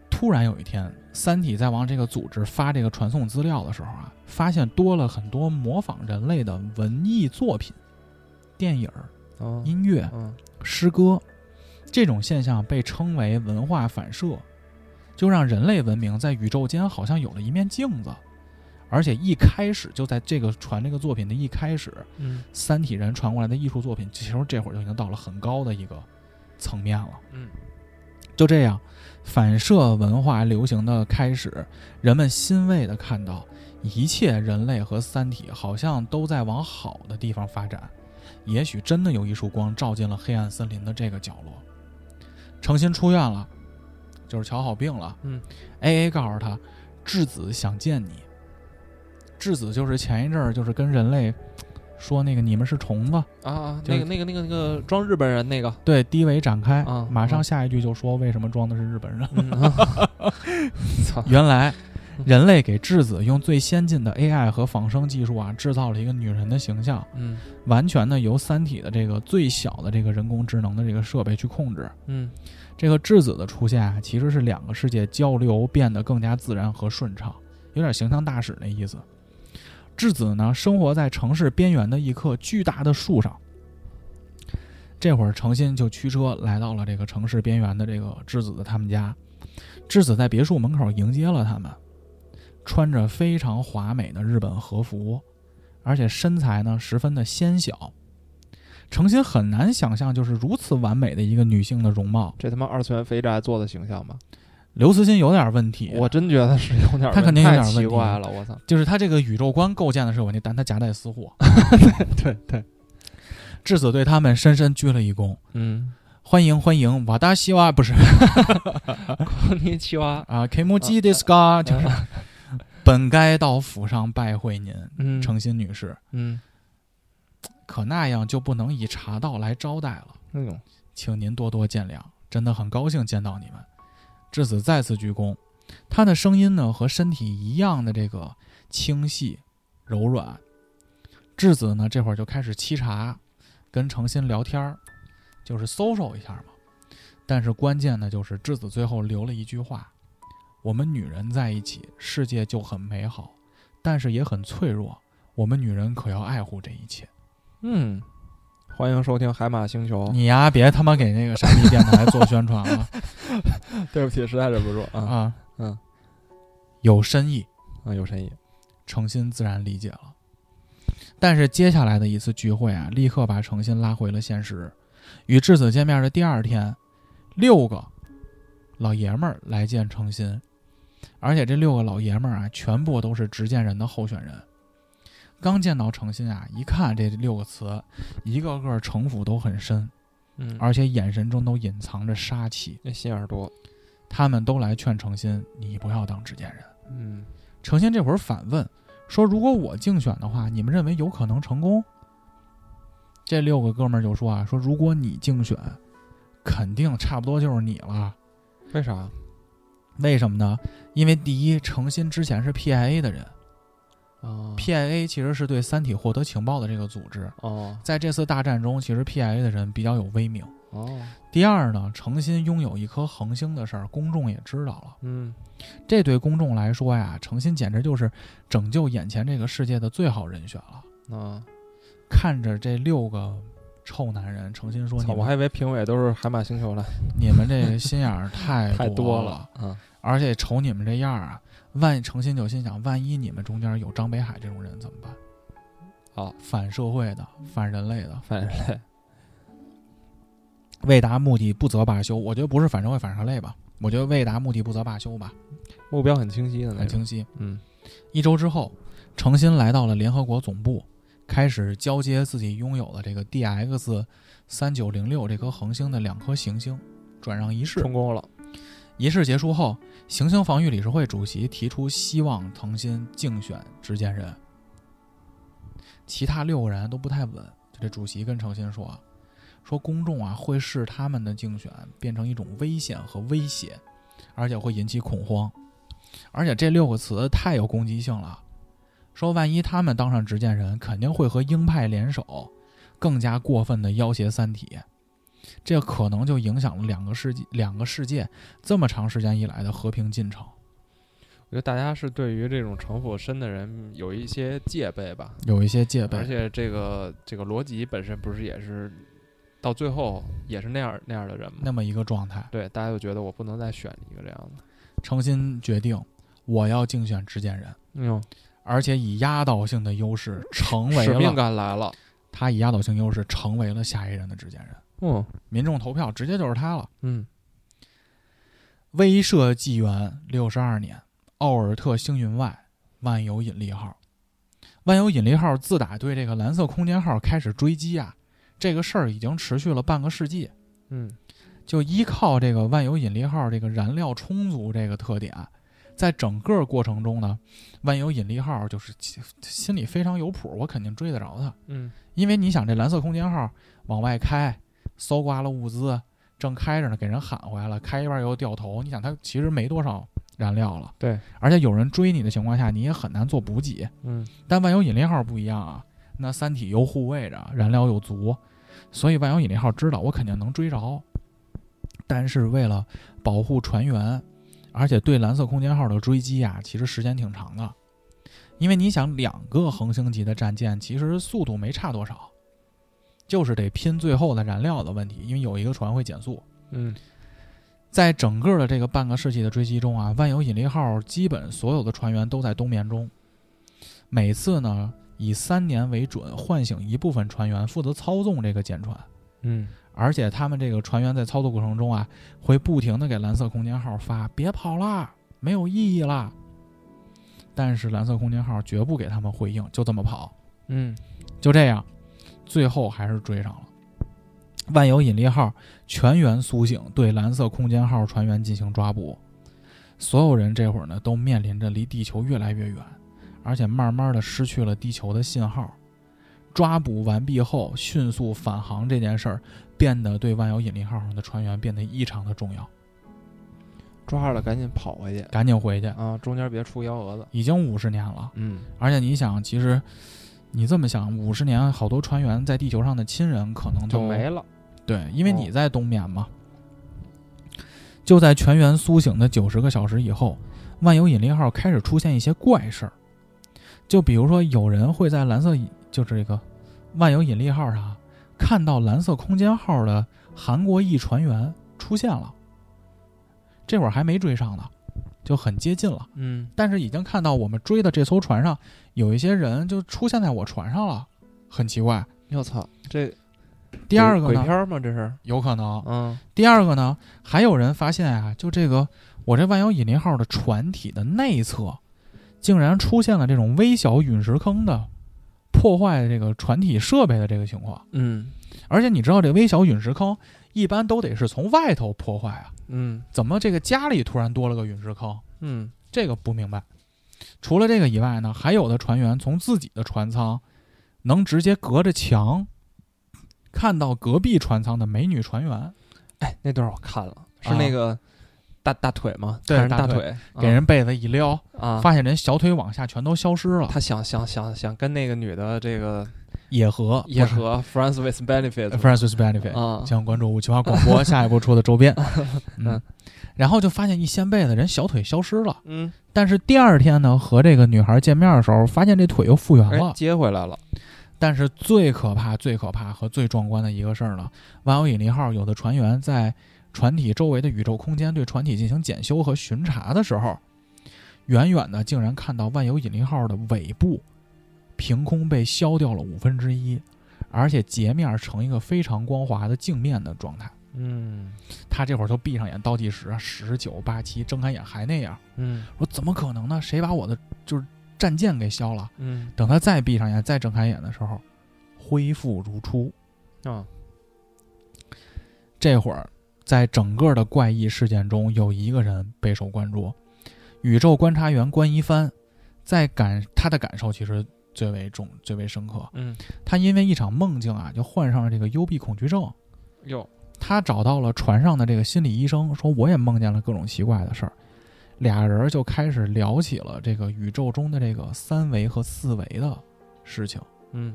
突然有一天，三体在往这个组织发这个传送资料的时候啊，发现多了很多模仿人类的文艺作品、电影儿、哦音乐、嗯诗歌，这种现象被称为文化反射，就让人类文明在宇宙间好像有了一面镜子，而且一开始就在这个传这个作品的一开始，嗯三体人传过来的艺术作品，其实这会儿就已经到了很高的一个层面了。嗯就这样，反射文化流行的开始，人们欣慰地看到，一切人类和三体好像都在往好的地方发展。也许真的有一束光照进了黑暗森林的这个角落。程心出院了，就是瞧好病了。嗯，A A 告诉他，质子想见你。质子就是前一阵儿就是跟人类说那个你们是虫子，啊，就是那个那个那个那个装日本人那个，对低维展开。啊马上啊下一句就说为什么装的是日本 人。 嗯，操，原 来嗯人类给质子用最先进的 AI 和仿生技术啊，制造了一个女人的形象，嗯完全的由《三体》的这个最小的这个人工智能的这个设备去控制。嗯这个质子的出现啊，其实是两个世界交流变得更加自然和顺畅，有点形象大使那意思。质子呢，生活在城市边缘的一棵巨大的树上。这会儿，程心就驱车来到了这个城市边缘的这个质子的他们家。质子在别墅门口迎接了他们，穿着非常华美的日本和服，而且身材呢十分的纤小。程心很难想象，就是如此完美的一个女性的容貌，这他妈二次元肥宅做的形象吧，刘慈欣有点问题，我真觉得是有点儿，他肯定有太点儿问奇题怪了，我操，就是他这个宇宙观构建的是有问题，但他夹带私 货。 对对，质子对他们深深鞠了一躬， 嗯，欢迎欢迎，瓦达西哇不是 空尼奇蛙，啊，K M G d i s c a 就是 本该到府上拜会您，嗯诚心女士，嗯，可那样就不能以茶道来招待了，那种，请您多多见谅，真的很高兴见到你们。质子再次鞠躬，她的声音呢和身体一样的这个清细柔软。质子呢这会儿就开始沏茶，跟程心聊天儿，就是 social 一下嘛。但是关键呢就是质子最后留了一句话：“我我们女人在一起，世界就很美好，但是也很脆弱。我们女人可要爱护这一切。嗯，欢迎收听海马星球。你呀，别他妈给那个傻逼电台做宣传了嗯对不起，实在忍不住啊啊！嗯有深意，啊，有深意。程心自然理解了。但是接下来的一次聚会啊，立刻把程心拉回了现实。与智子见面的第二天，六个老爷们儿来见程心，而且这六个老爷们儿啊，全部都是执剑人的候选人。刚见到程心啊，一看这六个词，一个个城府都很深，嗯，而且眼神中都隐藏着杀气。那心眼儿多。他们都来劝程心：“你不要当执剑人。”嗯程心这会儿反问说：“如果我竞选的话，你们认为有可能成功？”这六个哥们儿就说啊：“说如果你竞选，肯定差不多就是你了。为啥？为什么呢？因为第一，程心之前是 PIA 的人啊，PIA 其实是对三体获得情报的这个组织，哦在这次大战中，其实 PIA 的人比较有威名。哦，第二呢，程心拥有一颗恒星的事儿，公众也知道了。嗯这对公众来说呀，程心简直就是拯救眼前这个世界的最好人选了。”啊，看着这六个臭男人，诚心说：“你操我还们以为评委都是海马星球了， 你们这心眼儿太太多多了。嗯而且瞅你们这样儿啊，万一诚心就心想，万一你们中间有张北海这种人怎么办？好反社会的、反人类的，反人类。为达目的不择罢休。我觉得不是反社会、反人类吧，我觉得为达目的不择罢休吧，目标很清晰的那很种。清晰。嗯一周之后，诚心来到了联合国总部，开始交接自己拥有的这个 DX 三九零六这颗恒星的两颗行星转让仪式。成功了。仪式结束后，行星防御理事会主席提出希望藤新竞选执剑人。其他六个人都不太稳，就这主席跟诚心说：“说公众啊会视他们的竞选变成一种危险和威胁，而且会引起恐慌，而且这六个词太有攻击性了。说万一他们当上执剑人，肯定会和鹰派联手，更加过分的要挟三体，这可能就影响了两个世纪两个世界这么长时间以来的和平进程，我觉得大家是对于这种城府深的人有一些戒备吧，有一些戒而备。且这个这个逻辑本身不是也是到最后也是那样那样的人那嘛。么一个状态，对，大家就觉得我不能再选一个这样的。诚心决定，我要竞选执剑人，哎呦，而且以压倒性的优势成为使命了感来了。他以压倒性优势成为了下一任的执剑人。嗯民众投票直接就是他了。嗯，威慑纪元六十二年，奥尔特星云外万有引力号，万有引力号自打对这个蓝色空间号开始追击啊，这个事儿已经持续了半个世纪。嗯，就依靠这个万有引力号这个燃料充足这个特点，在整个过程中呢，万有引力号就是心心里非常有谱，我肯定追得着它。嗯，因为你想，这蓝色空间号往外开，搜刮了物资，正开着呢，给人喊回来了，开一半又掉头。你想，它其实没多少燃料了，对，而且有人追你的情况下，你也很难做补给。嗯，但万有引力号不一样啊，那三体又护卫着，燃料又足，所以万有引力号知道我肯定能追着。但是为了保护船员，而且对蓝色空间号的追击啊，其实时间挺长的，因为你想，两个恒星级的战舰其实速度没差多少，就是得拼最后的燃料的问题，因为有一个船会减速。嗯，在整个的这个半个世纪的追击中啊，万有引力号基本所有的船员都在冬眠中，每次呢以三年为准唤醒一部分船员负责操纵这个舰船，嗯，而且他们这个船员在操作过程中啊，会不停的给蓝色空间号发“别跑啦，没有意义啦”，但是蓝色空间号绝不给他们回应，就这么跑。嗯，就这样，最后还是追上了。万有引力号全员苏醒，对蓝色空间号船员进行抓捕。所有人这会儿呢，都面临着离地球越来越远，而且慢慢的失去了地球的信号。抓捕完毕后，迅速返航这件事儿，变得对万有引力号上的船员变得异常的重要。抓着了赶紧跑回去赶紧回去，啊，中间别出幺蛾子。已经五十年了。嗯，而且你想，其实你这么想，五十年好多船员在地球上的亲人可能嗯就都没了。对，因为哦你在冬眠嘛。就在全员苏醒的九十个小时以后，万有引力号开始出现一些怪事儿，就比如说有人会在蓝色引，就是这个万有引力号上啊看到蓝色空间号的韩国裔船员出现了，这会儿还没追上呢，就很接近了。嗯但是已经看到我们追的这艘船上有一些人就出现在我船上了，很奇怪。我操，这第二个鬼鬼呢，片儿吗？这是，有可能。嗯第二个呢，还有人发现啊，就这个我这万有引力号的船体的内侧，竟然出现了这种微小陨石坑的破坏这个船体设备的这个情况。嗯而且你知道，这微小陨石坑一般都得是从外头破坏啊，嗯怎么这个家里突然多了个陨石坑？嗯这个不明白。除了这个以外呢，还有的船员从自己的船舱能直接隔着墙看到隔壁船舱的美女船员，哎，那段儿我看了，是啊那个大大腿吗？对看人大大腿腿，给人被子一撩，啊，发现人小腿往下全都消失了。他想想想想跟那个女的这个野河，也 和 France with benefits f r a n c i s Benefit，啊，请关注五七八广播下一波出的周 边。嗯嗯，然后就发现一掀被子，人小腿消失了。嗯，但是第二天呢，和这个女孩见面的时候，发现这腿又复原哎了，。接回来了，但是最可怕、最可怕和最壮观的一个事儿呢，万有引力号有的船员在船体周围的宇宙空间对船体进行检修和巡查的时候，远远的竟然看到万有引力号的尾部凭空被削掉了五分之一，而且截面呈一个非常光滑的镜面的状态。嗯他这会儿就闭上眼倒计时啊，十九八七，睁开眼还那样。嗯我说怎么可能呢？谁把我的就是战舰给削了？嗯等他再闭上眼、再睁开眼的时候，恢复如初。啊，这会儿，在整个的怪异事件中，有一个人备受关注，宇宙观察员关一帆，在感他的感受其实最为重、最为深刻。嗯他因为一场梦境啊，就患上了这个幽闭恐惧症。哟，他找到了船上的这个心理医生，说我也梦见了各种奇怪的事儿。俩人就开始聊起了这个宇宙中的这个三维和四维的事情。嗯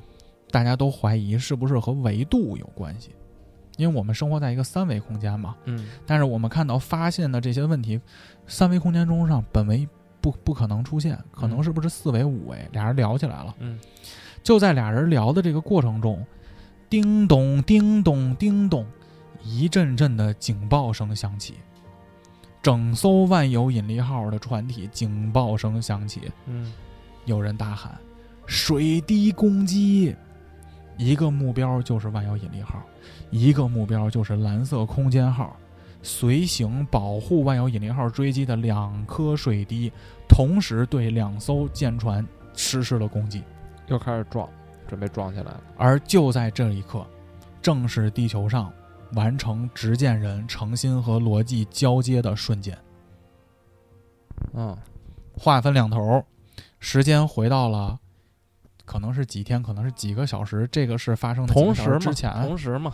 大家都怀疑是不是和维度有关系，因为我们生活在一个三维空间嘛。嗯但是我们看到发现的这些问题，三维空间中上本为不不可能出现，可能嗯是不是四维五维？俩人聊起来了。嗯就在俩人聊的这个过程中，叮咚叮咚叮咚，一阵阵的警报声响起，整艘万有引力号的船体警报声响起，嗯有人大喊：“水滴攻击！”一个目标就是万有引力号，一个目标就是蓝色空间号。随行保护万有引力号追击的两颗水滴，同时对两艘舰船实施了攻击。又开始撞，准备撞起来了，而就在这一刻，正是地球上完成执剑人诚心和逻辑交接的瞬间。嗯话分两头，时间回到了，可能是几天，可能是几个小时，这个事发生的同几时个小嘛，时之前，同时嘛，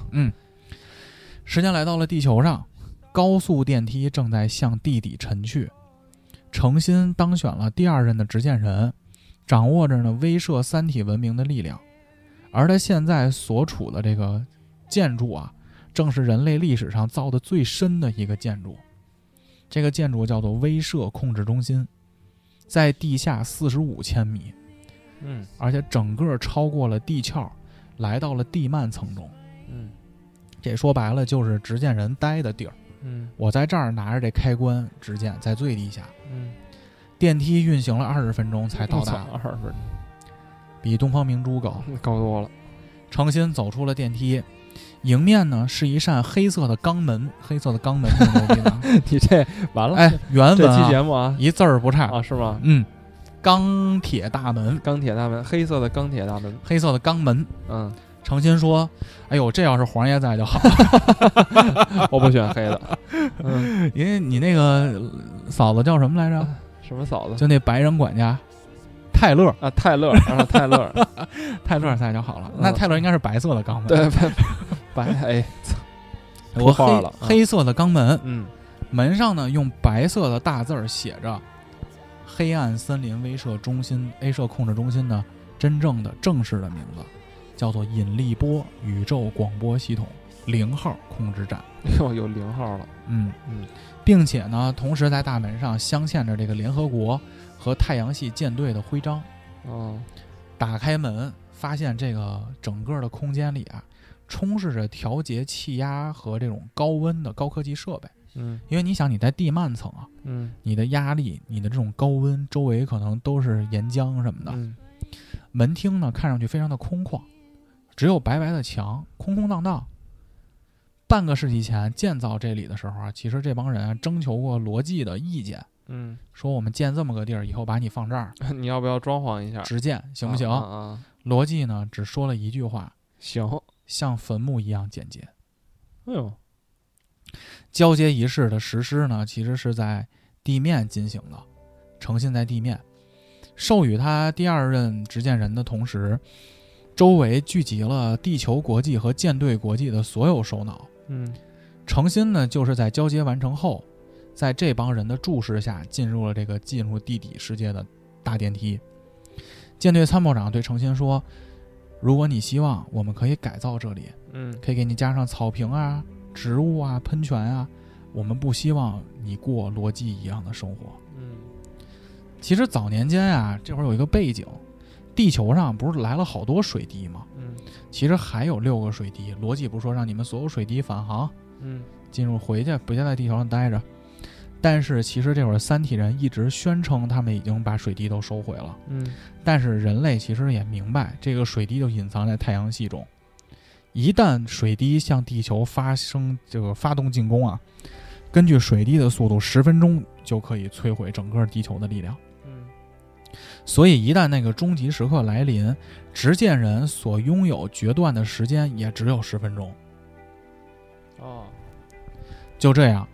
时间来到了地球上，高速电梯正在向地底沉去。诚心当选了第二任的执剑人，掌握着呢威慑三体文明的力量，而他现在所处的这个建筑啊，正是人类历史上造的最深的一个建筑。这个建筑叫做威慑控制中心，在地下四十五千米，嗯而且整个超过了地壳，来到了地幔层中。嗯这说白了就是执剑人待的地儿。嗯我在这儿拿着这开关执剑，在最低下，嗯，电梯运行了二十分钟才到达，二十分比东方明珠高。钟，高多了，诚心走出了电梯，迎面呢是一扇黑色的钢门，黑色的钢门挺牛逼的。 你这完了，哎，原这文、期节啊、目啊一字儿不差，啊是吗？嗯，钢铁大门，钢铁大门，黑色的钢铁大门，黑色的钢门。嗯，诚心说：“哎呦，这要是黄爷在就好了， 我不选黑的，嗯，因为你那个嫂子叫什么来 着？什么嫂子就那白人管家，泰勒，啊？泰勒啊，泰勒，泰勒在就好了。那嗯泰勒应该是白色的钢门，对，白 白哎，我脱话黑了嗯黑色的钢门，嗯门上呢用白色的大字儿写着“黑暗森林威慑中心 A 社控制中心”的真正的正式的名字，叫做引力波宇宙广播系统。零号控制站。哟，有零号了，嗯嗯，并且呢，同时在大门上镶嵌着这个联合国和太阳系舰队的徽章。哦，打开门，发现这个整个的空间里啊，充斥着调节气压和这种高温的高科技设备。嗯因为你想，你在地幔层啊，嗯你的压力、你的这种高温，周围可能都是岩浆什么的。嗯门厅呢，看上去非常的空旷，只有白白的墙，空空荡荡。半个世纪前建造这里的时候啊，其实这帮人啊征求过罗辑的意见，嗯，说我们建这么个地儿，以后把你放这儿， 你要不要装潢一下？直建行不行？啊啊啊罗辑呢只说了一句话，行，像坟墓一样简洁。哎呦，交接仪式的实施呢，其实是在地面进行的，诚信在地面。授予他第二任执剑人的同时，周围聚集了地球国际和舰队国际的所有首脑。嗯诚心呢，就是在交接完成后，在这帮人的注视下，进入了这个进入地底世界的大电梯。舰队参谋长对诚心说：“如果你希望，我们可以改造这里，嗯可以给你加上草坪啊、植物啊、喷泉啊。我们不希望你过罗辑一样的生活。嗯，其实早年间啊，这会儿有一个背景，地球上不是来了好多水滴吗？嗯其实还有六个水滴，罗辑不是说让你们所有水滴返航，嗯进入回去，别在地球上待着。但是其实这会儿三体人一直宣称他们已经把水滴都收回了，嗯但是人类其实也明白，这个水滴就隐藏在太阳系中。一旦水滴向地球发生这个发动进攻啊，根据水滴的速度，十分钟就可以摧毁整个地球的力量。嗯所以一旦那个终极时刻来临，执剑人所拥有决断的时间也只有十分钟。哦，就这样，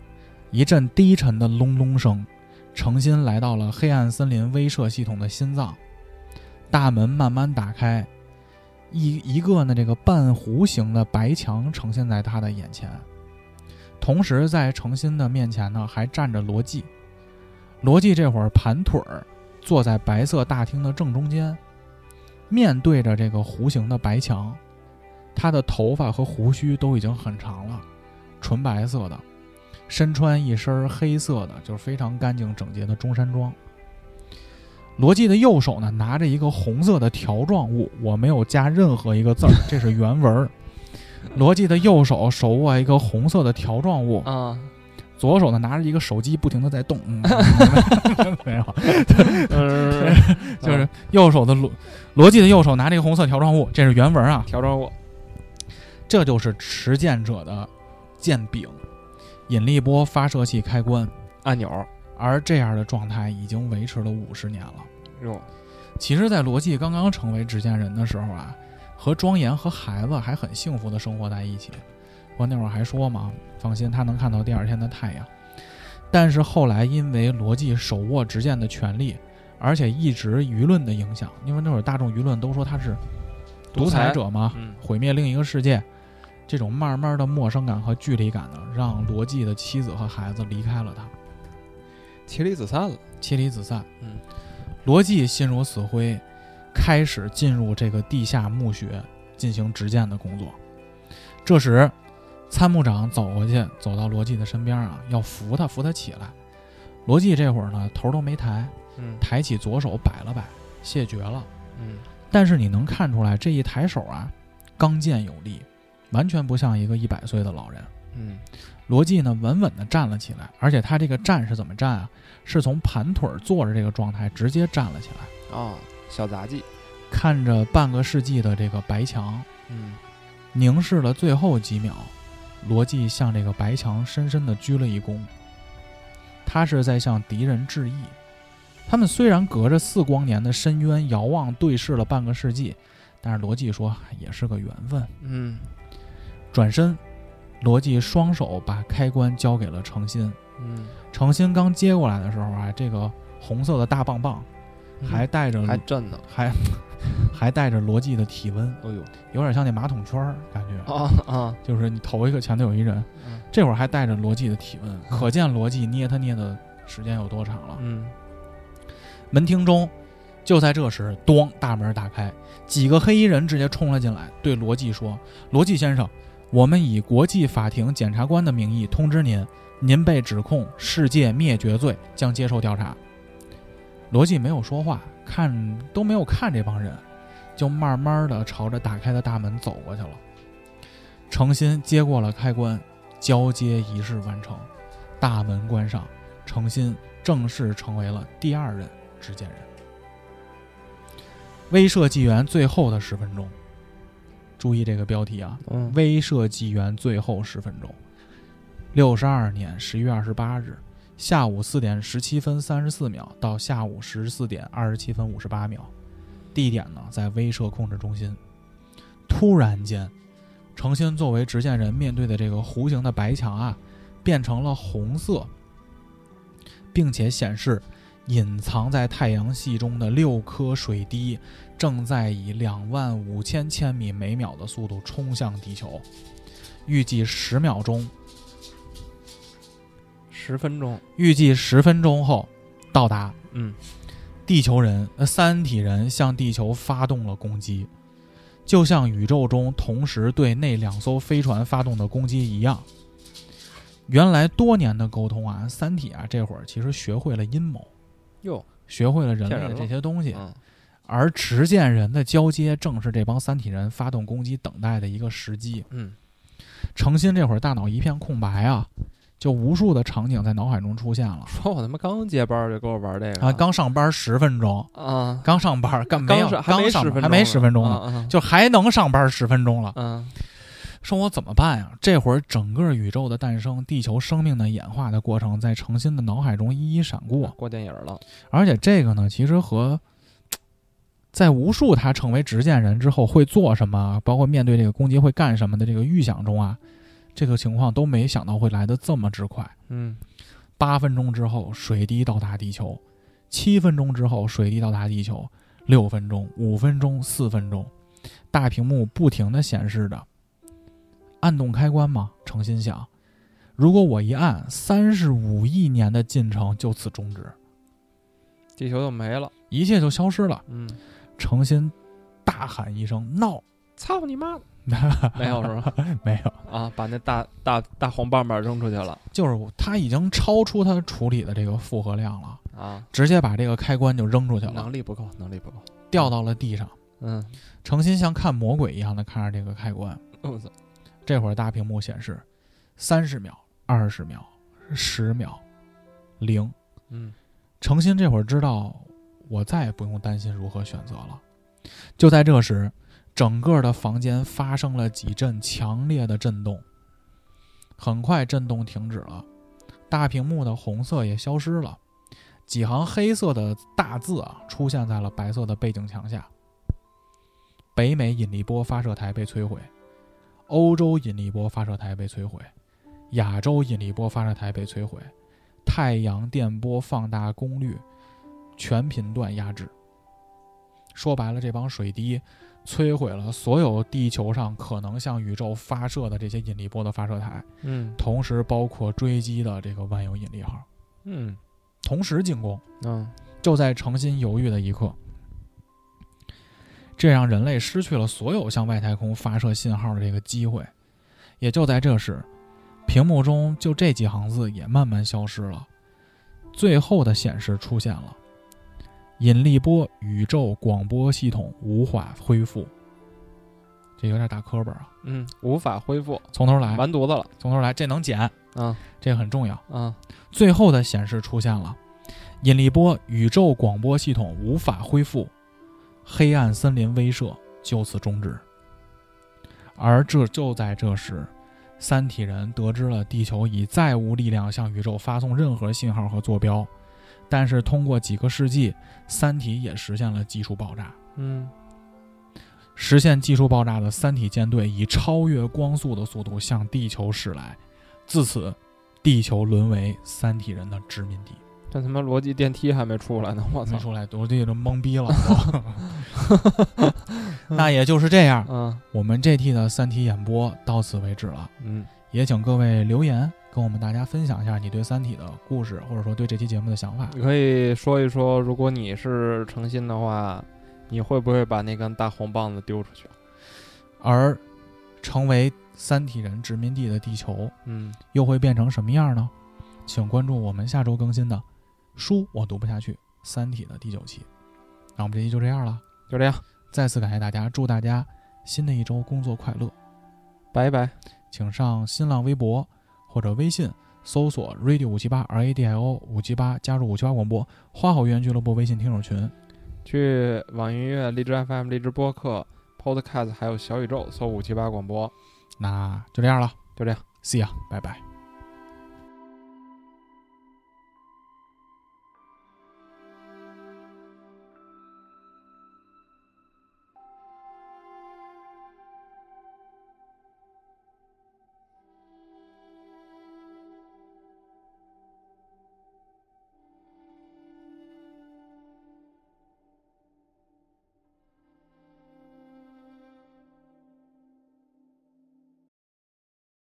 一阵低沉的隆隆声，诚心来到了黑暗森林威慑系统的心脏。大门慢慢打开，一一个呢这个半弧形的白墙呈现在他的眼前，同时在诚心的面前呢还站着罗辑。罗辑这会儿盘腿儿坐在白色大厅的正中间，面对着这个弧形的白墙，他的头发和胡须都已经很长了。纯白色的，身穿一身黑色的，就是非常干净整洁的中山装。罗辑的右手呢，拿着一个红色的条状物，我没有加任何一个字儿，这是原文儿。 罗辑的右手手握一个红色的条状物，啊，左手呢拿着一个手机，不停的在动。 嗯没有， 嗯， 就是右手的罗罗辑的右手拿着一个红色条状物，这是原文啊。调整我，这就是持剑者的剑柄，引力波发射器开关。按钮，而这样的状态已经维持了五十年了。哟，其实，在罗辑刚刚成为执剑人的时候啊，和庄严和孩子还很幸福的生活在一起。我那会儿还说嘛，放心，他能看到第二天的太阳。但是后来，因为罗辑手握执剑的权利，而且一直舆论的影响，因为那会儿大众舆论都说他是独裁，者嘛，嗯毁灭另一个世界，这种慢慢的陌生感和距离感呢，让罗辑的妻子和孩子离开了他。妻离子散了，妻离子散。嗯，罗辑心如死灰，开始进入这个地下墓穴进行执剑的工作。这时，参谋长走过去，走到罗辑的身边啊，要扶他，扶他起来。罗辑这会儿呢，头都没抬，嗯抬起左手摆了摆，谢绝了。嗯但是你能看出来，这一抬手啊，刚健有力，完全不像一个一百岁的老人。嗯罗辑呢稳稳地站了起来，而且他这个站是怎么站啊？是从盘腿儿坐着这个状态直接站了起来，哦，小杂技，看着半个世纪的这个白墙，嗯凝视了最后几秒，罗辑向这个白墙深深地鞠了一躬。他是在向敌人致意。他们虽然隔着四光年的深渊遥望对视了半个世纪，但是罗辑说哎也是个缘分。嗯转身，罗辑双手把开关交给了程心。嗯，程心刚接过来的时候啊，这个红色的大棒棒还带着、嗯还震呢，还 还带着罗辑的体温，哎呦，有点像那马桶圈儿感觉，啊啊，就是你头一个前头有一人，嗯这会儿还带着罗辑的体温，可见罗辑捏他捏的时间有多长了。嗯门厅中，就在这时，咣，大门打开，几个黑衣人直接冲了进来，对罗辑说：“罗辑先生，我们以国际法庭检察官的名义通知您，您被指控世界灭绝罪，将接受调查。”罗辑没有说话，看都没有看这帮人，就慢慢的朝着打开的大门走过去了。诚心接过了开关，交接仪式完成，大门关上，诚心正式成为了第二任执剑人。威慑纪元最后的十分钟，注意这个标题啊，嗯，威慑纪元最后十分钟，六十二年十月二十八日下午四点十七分三十四秒到下午十四点二十七分五十八秒，地点呢在威慑控制中心。突然间，程心作为执剑人面对的这个弧形的白墙啊，变成了红色，并且显示隐藏在太阳系中的六颗水滴正在以两万五千千米每秒的速度冲向地球，预计十秒钟，十分钟，预计十分钟后到达。嗯，地球人、呃三体人向地球发动了攻击，就像宇宙中同时对那两艘飞船发动的攻击一样。原来多年的沟通啊，三体啊，这会儿其实学会了阴谋，哟，学会了人类骗人的了这些东西。嗯而执剑人的交接，正是这帮三体人发动攻击等待的一个时机。啊嗯，诚心这会儿大脑一片空白啊，就无数的场景在脑海中出现了。说我他妈刚接班儿就给我玩这个啊，刚上班十分钟，啊，刚上班干没有？上刚没上十班分还没十分钟呢，嗯呢，啊就还能上班十分钟了。嗯说我怎么办呀？这会儿整个宇宙的诞生、地球生命的演化的过程，在诚心的脑海中一一闪过。过电影了，而且这个呢，其实和在无数他成为执剑人之后会做什么，包括面对这个攻击会干什么的这个预想中啊，这个情况都没想到会来得这么之快。嗯八分钟之后，水滴到达地球；七分钟之后，水滴到达地球；六分钟、五分钟、四分钟，大屏幕不停的显示着。按动开关吗？诚心想，如果我一按，三十五亿年的进程就此终止，地球就没了，一切就消失了。嗯，诚心大喊一声“闹操你妈的， 没有是吧？”，没有，啊，把那大大大红棒棒扔出去了就是我他已经超出他处理的这个负荷量了，啊，直接把这个开关就扔出去了，能力不够，能力不够，掉到了地上。嗯，诚心像看魔鬼一样的看着这个开关， 我操，这会儿大屏幕显示三十秒、二十秒、十秒、零。嗯诚心这会儿知道，我再也不用担心如何选择了。就在这时，整个的房间发生了几阵强烈的震动，很快震动停止了，大屏幕的红色也消失了，几行黑色的大字啊出现在了白色的背景墙下。北美引力波发射台被摧毁，欧洲引力波发射台被摧毁，亚洲引力波发射台被摧毁，太阳电波放大功率全频段压制。说白了，这帮水滴摧毁了所有地球上可能向宇宙发射的这些引力波的发射台，嗯同时包括追击的这个万有引力号，嗯同时进攻。嗯，就在诚心犹豫的一刻，这让人类失去了所有向外太空发射信号的这个机会。也就在这时，屏幕中就这几行字也慢慢消失了，最后的显示出现了：引力波宇宙广播系统无法恢复。这有点打磕巴啊！嗯，哎无法恢复，从头来，完犊子了，从头来，这能剪，啊这个很重要。啊，最后的显示出现了：引力波宇宙广播系统无法恢复，黑暗森林威慑就此终止。而这就在这时，三体人得知了地球已再无力量向宇宙发送任何信号和坐标，但是通过几个世纪，三体也实现了技术爆炸。嗯实现技术爆炸的三体舰队以超越光速的速度向地球驶来，自此，地球沦为三体人的殖民地。这他妈逻辑电梯还没出来呢，我操没，出来，我这都懵 逼了。那也就是这样，嗯 我们这期的《三体》演播到此为止了，嗯，也请各位留言跟我们大家分享一下你对《三体》的故事，或者说对这期节目的想法。你可以说一说，如果你是诚心的话，你会不会把那根大红棒子丢出去？而成为三体人殖民地的地球，嗯又会变成什么样呢？请关注我们下周更新的书，我读不下去，《三体》的第九期。那我们这期就这样了，就这样，再次感谢大家，祝大家新的一周工作快乐。拜拜。请上新浪微博或者微信搜索 radio 五七八 r a d i o 五七八，加入五七八广播花好月圆俱乐部微信听友群。去网易音乐、荔枝 FM、荔枝播客、Podcast，还有小宇宙搜五七八广播，那就这样了就这样。 ，see ya，拜拜。